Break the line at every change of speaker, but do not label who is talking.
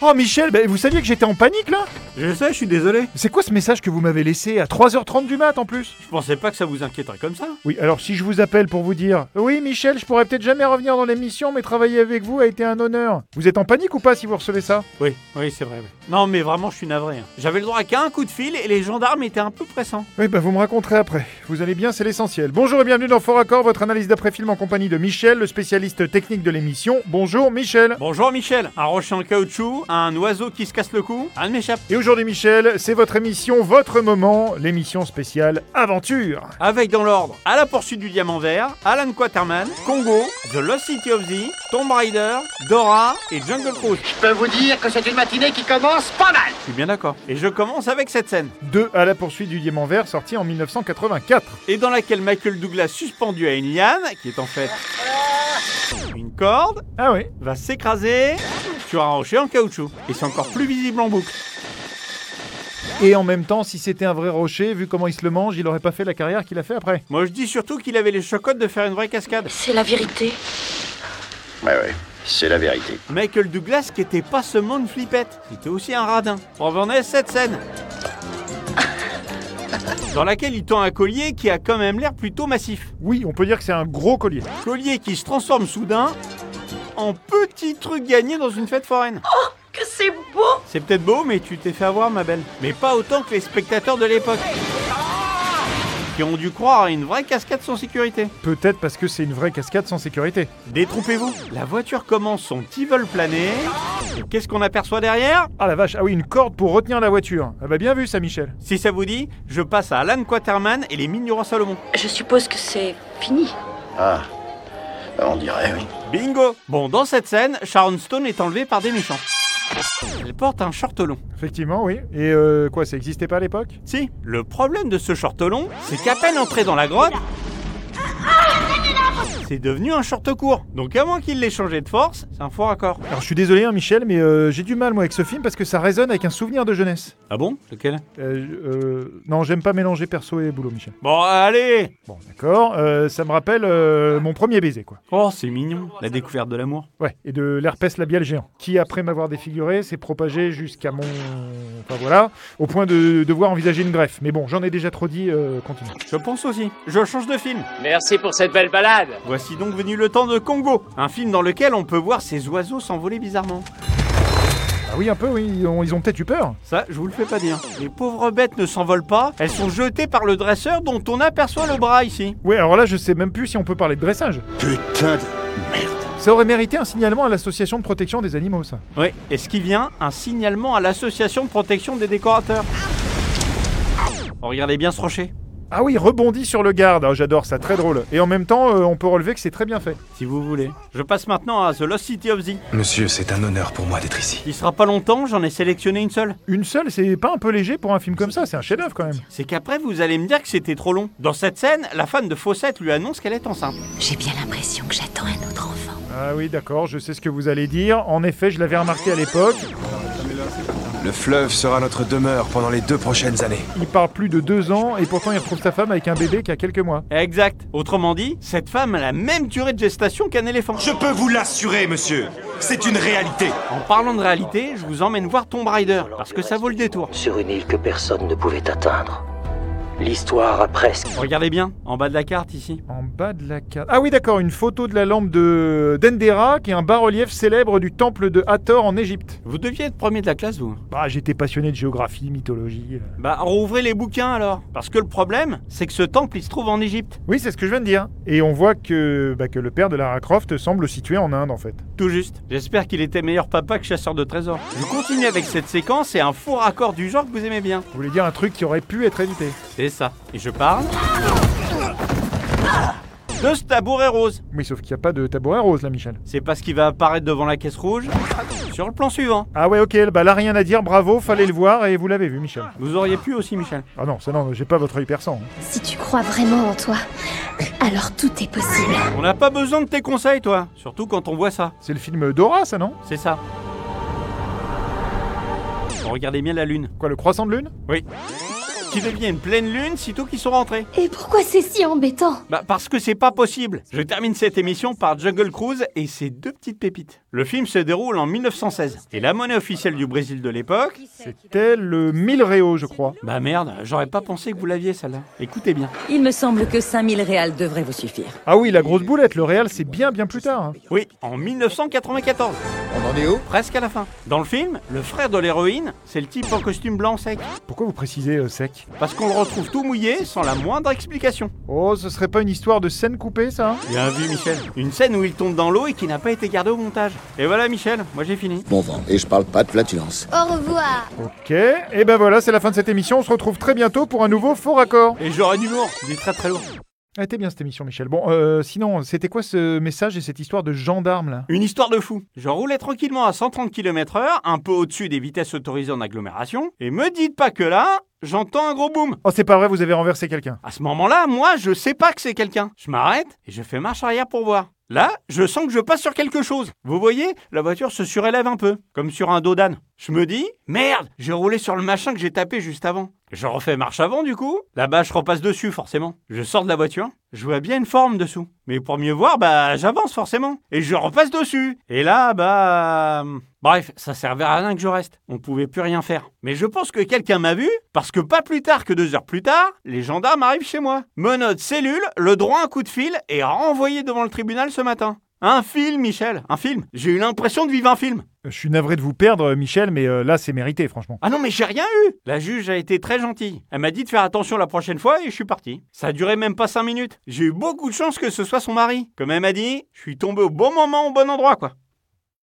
Oh Michel, ben, vous saviez que j'étais en panique là
Je sais, je suis désolé.
C'est quoi ce message que vous m'avez laissé à 3h30 du mat en plus
Je pensais pas que ça vous inquiéterait comme ça.
Oui, alors si je vous appelle pour vous dire Oui Michel, je pourrais peut-être jamais revenir dans l'émission, mais travailler avec vous a été un honneur. Vous êtes en panique ou pas si vous recevez ça
Oui, oui, c'est vrai. oui. Non, mais vraiment, je suis navré. hein. J'avais le droit qu'à un coup de fil et les gendarmes étaient un peu pressants.
Oui, ben vous me raconterez après. Vous allez bien, c'est l'essentiel. Bonjour et bienvenue dans Fort Accord, votre analyse d'après-film en compagnie de Michel, le spécialiste technique de l'émission. Bonjour Michel
Bonjour Michel. Un rocher en caoutchouc, un oiseau qui se casse le cou, un de m'échappe.
Et aujourd'hui Michel, c'est votre émission, votre moment, l'émission spéciale Aventure
Avec dans l'ordre À la poursuite du diamant vert, Alan Quaterman, Congo, The Lost City of Z, Tomb Raider, Dora et Jungle Cruise.
Je peux vous dire que c'est une matinée qui commence pas mal.
Je suis bien d'accord. Et je commence avec cette scène,
2 à la poursuite du diamant vert sorti en 1984.
et dans laquelle Michael Douglas, suspendu à une liane, qui est en fait une corde,
Ah oui
va s'écraser sur un rocher en caoutchouc. Et c'est encore plus visible en boucle.
Et en même temps, si c'était un vrai rocher, vu comment il se le mange, il aurait pas fait la carrière qu'il a fait après.
Moi je dis surtout qu'il avait les chocottes de faire une vraie cascade.
C'est la vérité.
Ouais, ouais, c'est la vérité.
Michael Douglas qui était pas seulement une flippette, il était aussi un radin. Revenez cette scène dans laquelle il tend un collier qui a quand même l'air plutôt massif.
Oui, on peut dire que c'est un gros collier.
Collier qui se transforme soudain en petit truc gagné dans une fête foraine.
Que c'est beau
C'est peut-être beau, mais tu t'es fait avoir, ma belle. Mais pas autant que les spectateurs de l'époque. Qui ont dû croire à une vraie cascade sans sécurité.
Peut-être parce que c'est une vraie cascade sans sécurité.
Détrompez-vous. La voiture commence son petit vol plané. Et Qu'est-ce qu'on aperçoit derrière
Ah la vache, ah oui, une corde pour retenir la voiture. Ah bah bien vu ça, Michel.
Si ça vous dit, je passe à Alan Quaterman et les mines du roi Salomon.
Je suppose que c'est fini.
Ah, on dirait, oui.
Bingo Bon, dans cette scène, Sharon Stone est enlevée par des méchants. Elle porte un short long.
Effectivement, oui. Et euh, quoi, ça existait pas à l'époque
Si, le problème de ce short long, c'est qu'à peine entrée dans la grotte, c'est devenu un short court. Donc à moins qu'il l'ait changé de force, c'est un faux raccord.
Alors je suis désolé, hein, Michel, mais euh, j'ai du mal moi avec ce film parce que ça résonne avec un souvenir de jeunesse.
Ah bon Lequel
Euh, je- euh, non, j'aime pas mélanger perso et boulot, Michel.
Bon, allez
Bon, d'accord. euh, ça me rappelle euh, mon premier baiser, quoi.
Oh, c'est mignon, la découverte de l'amour.
Ouais, et de l'herpès labial géant, qui après m'avoir défiguré s'est propagé jusqu'à mon... Enfin voilà, au point de devoir envisager une greffe. Mais bon, j'en ai déjà trop dit, euh, continue.
Je pense aussi. Je change de film.
Merci pour cette belle balade.
Voici donc venu le temps de Congo, un film dans lequel on peut voir ces oiseaux s'envoler bizarrement.
Ah oui, un peu, oui, ils ont, ils ont peut-être eu peur.
Ça, je vous le fais pas dire. Les pauvres bêtes ne s'envolent pas, elles sont jetées par le dresseur dont on aperçoit le bras ici.
Ouais, alors là, je sais même plus si on peut parler de dressage.
Putain de merde.
Ça aurait mérité un signalement à l'association de protection des animaux, ça.
Oui, et ce qui vient, un signalement à l'association de protection des décorateurs. Oh, regardez bien ce rocher.
Ah oui, rebondit sur le garde, Ah, j'adore ça, très drôle. Et en même temps, euh, on peut relever que c'est très bien fait.
Si vous voulez. Je passe maintenant à The Lost City of Z.
Monsieur, c'est un honneur pour moi d'être ici.
Il sera pas longtemps, j'en ai sélectionné une seule.
Une seule, c'est pas un peu léger pour un film comme ça, c'est un chef-d'œuvre quand même.
C'est qu'après, vous allez me dire que c'était trop long. Dans cette scène, la femme de Fawcett lui annonce qu'elle est enceinte.
J'ai bien l'impression que j'attends un autre enfant.
Ah oui, d'accord, je sais ce que vous allez dire. En effet, je l'avais remarqué à l'époque.
Le fleuve sera notre demeure pendant les deux prochaines années.
Il part plus de deux ans et pourtant il retrouve sa femme avec un bébé qui a quelques mois.
Exact. Autrement dit, cette femme a la même durée de gestation qu'un éléphant.
Je peux vous l'assurer, monsieur. C'est une réalité.
En parlant de réalité, je vous emmène voir Tomb Raider, parce que ça vaut le détour.
sur une île que personne ne pouvait atteindre. L'histoire a presque
Regardez bien, en bas de la carte ici.
En bas de la carte. Ah oui, d'accord, une photo de la lampe de Dendera qui est un bas-relief célèbre du temple de Hathor en Égypte.
Vous deviez être premier de la classe, vous.
Bah, j'étais passionné de géographie, mythologie. euh.
Bah, rouvrez les bouquins alors. Parce que le problème, c'est que ce temple, il se trouve en Égypte.
Oui, c'est ce que je viens de dire. Et on voit que, bah, que le père de Lara Croft semble situé en Inde en fait.
Tout juste. J'espère qu'il était meilleur papa que chasseur de trésors. Je continue avec cette séquence et un faux raccord du genre que vous aimez bien.
Vous voulez dire un truc qui aurait pu être évité.
C'est ça. Et je parle... De ce tabouret rose.
Oui, sauf qu'il n'y a pas de tabouret rose là, Michel.
C'est parce qu'il va apparaître devant la caisse rouge sur le plan suivant.
Ah ouais, ok, bah là rien à dire, bravo, fallait le voir et vous l'avez vu, Michel.
Vous auriez pu aussi, Michel.
Ah non, ça non, j'ai pas votre œil perçant. hein.
Si tu crois vraiment en toi, alors tout est possible.
On n'a pas besoin de tes conseils, toi. Surtout quand on voit ça.
C'est le film Dora, ça non
C'est ça. Regardez bien la lune.
Quoi, le croissant de lune
Oui. qui devient une pleine lune sitôt qu'ils sont rentrés.
Et pourquoi c'est si embêtant
Bah parce que c'est pas possible. Je termine cette émission par Jungle Cruise et ses deux petites pépites. Le film se déroule en 1916 et la monnaie officielle du Brésil de l'époque.
C'était le 1000 réaux, je crois.
Bah merde, j'aurais pas pensé que vous l'aviez celle-là. Écoutez bien.
Il me semble que 5000 réals devraient vous suffire.
Ah oui, la grosse boulette, le Real, c'est bien, bien plus tard. hein.
Oui, en 1994.
On en est où
Presque à la fin. Dans le film, le frère de l'héroïne, c'est le type en costume blanc sec.
Pourquoi vous précisez euh, sec
Parce qu'on le retrouve tout mouillé sans la moindre explication.
Oh, ce serait pas une histoire de scène coupée, ça hein
Bien vu, Michel. Une scène où il tombe dans l'eau et qui n'a pas été gardée au montage. Et voilà, Michel, moi j'ai fini.
Bon vent. Et je parle pas de flatulence.
Au revoir
Ok, et ben voilà, c'est la fin de cette émission. On se retrouve très bientôt pour un nouveau Faux Raccord.
Et j'aurais du lourd, du très très lourd.
Ah, était bien cette émission, Michel. Bon, euh, sinon, c'était quoi ce message et cette histoire de gendarme, là
Une histoire de fou. Je roulais tranquillement à 130 km/h, un peu au-dessus des vitesses autorisées en agglomération, et me dites pas que là, j'entends un gros boom.
Oh, c'est pas vrai, vous avez renversé quelqu'un.
À ce moment-là, moi, je sais pas que c'est quelqu'un. Je m'arrête et je fais marche arrière pour voir. Là, je sens que je passe sur quelque chose. Vous voyez, la voiture se surélève un peu, comme sur un dos d'âne. Je me dis, merde, j'ai roulé sur le machin que j'ai tapé juste avant. Je refais marche avant du coup. Là-bas, je repasse dessus forcément. Je sors de la voiture. Je vois bien une forme dessous. Mais pour mieux voir, bah, j'avance forcément. Et je repasse dessus. Et là, bah... hum, Bref, ça servait à rien que je reste. On pouvait plus rien faire. Mais je pense que quelqu'un m'a vu, parce que pas plus tard que deux heures plus tard, les gendarmes arrivent chez moi. Menottes, cellule, le droit à un coup de fil et renvoyé devant le tribunal ce matin. Un film, Michel, un film. J'ai eu l'impression de vivre un film.
Euh, Je suis navré de vous perdre, euh, Michel, mais euh, là, c'est mérité, franchement.
Ah non, mais j'ai rien eu La juge a été très gentille. Elle m'a dit de faire attention la prochaine fois et je suis parti. Ça a duré même pas 5 minutes. J'ai eu beaucoup de chance que ce soit son mari. Comme elle m'a dit, je suis tombé au bon moment, au bon endroit, quoi.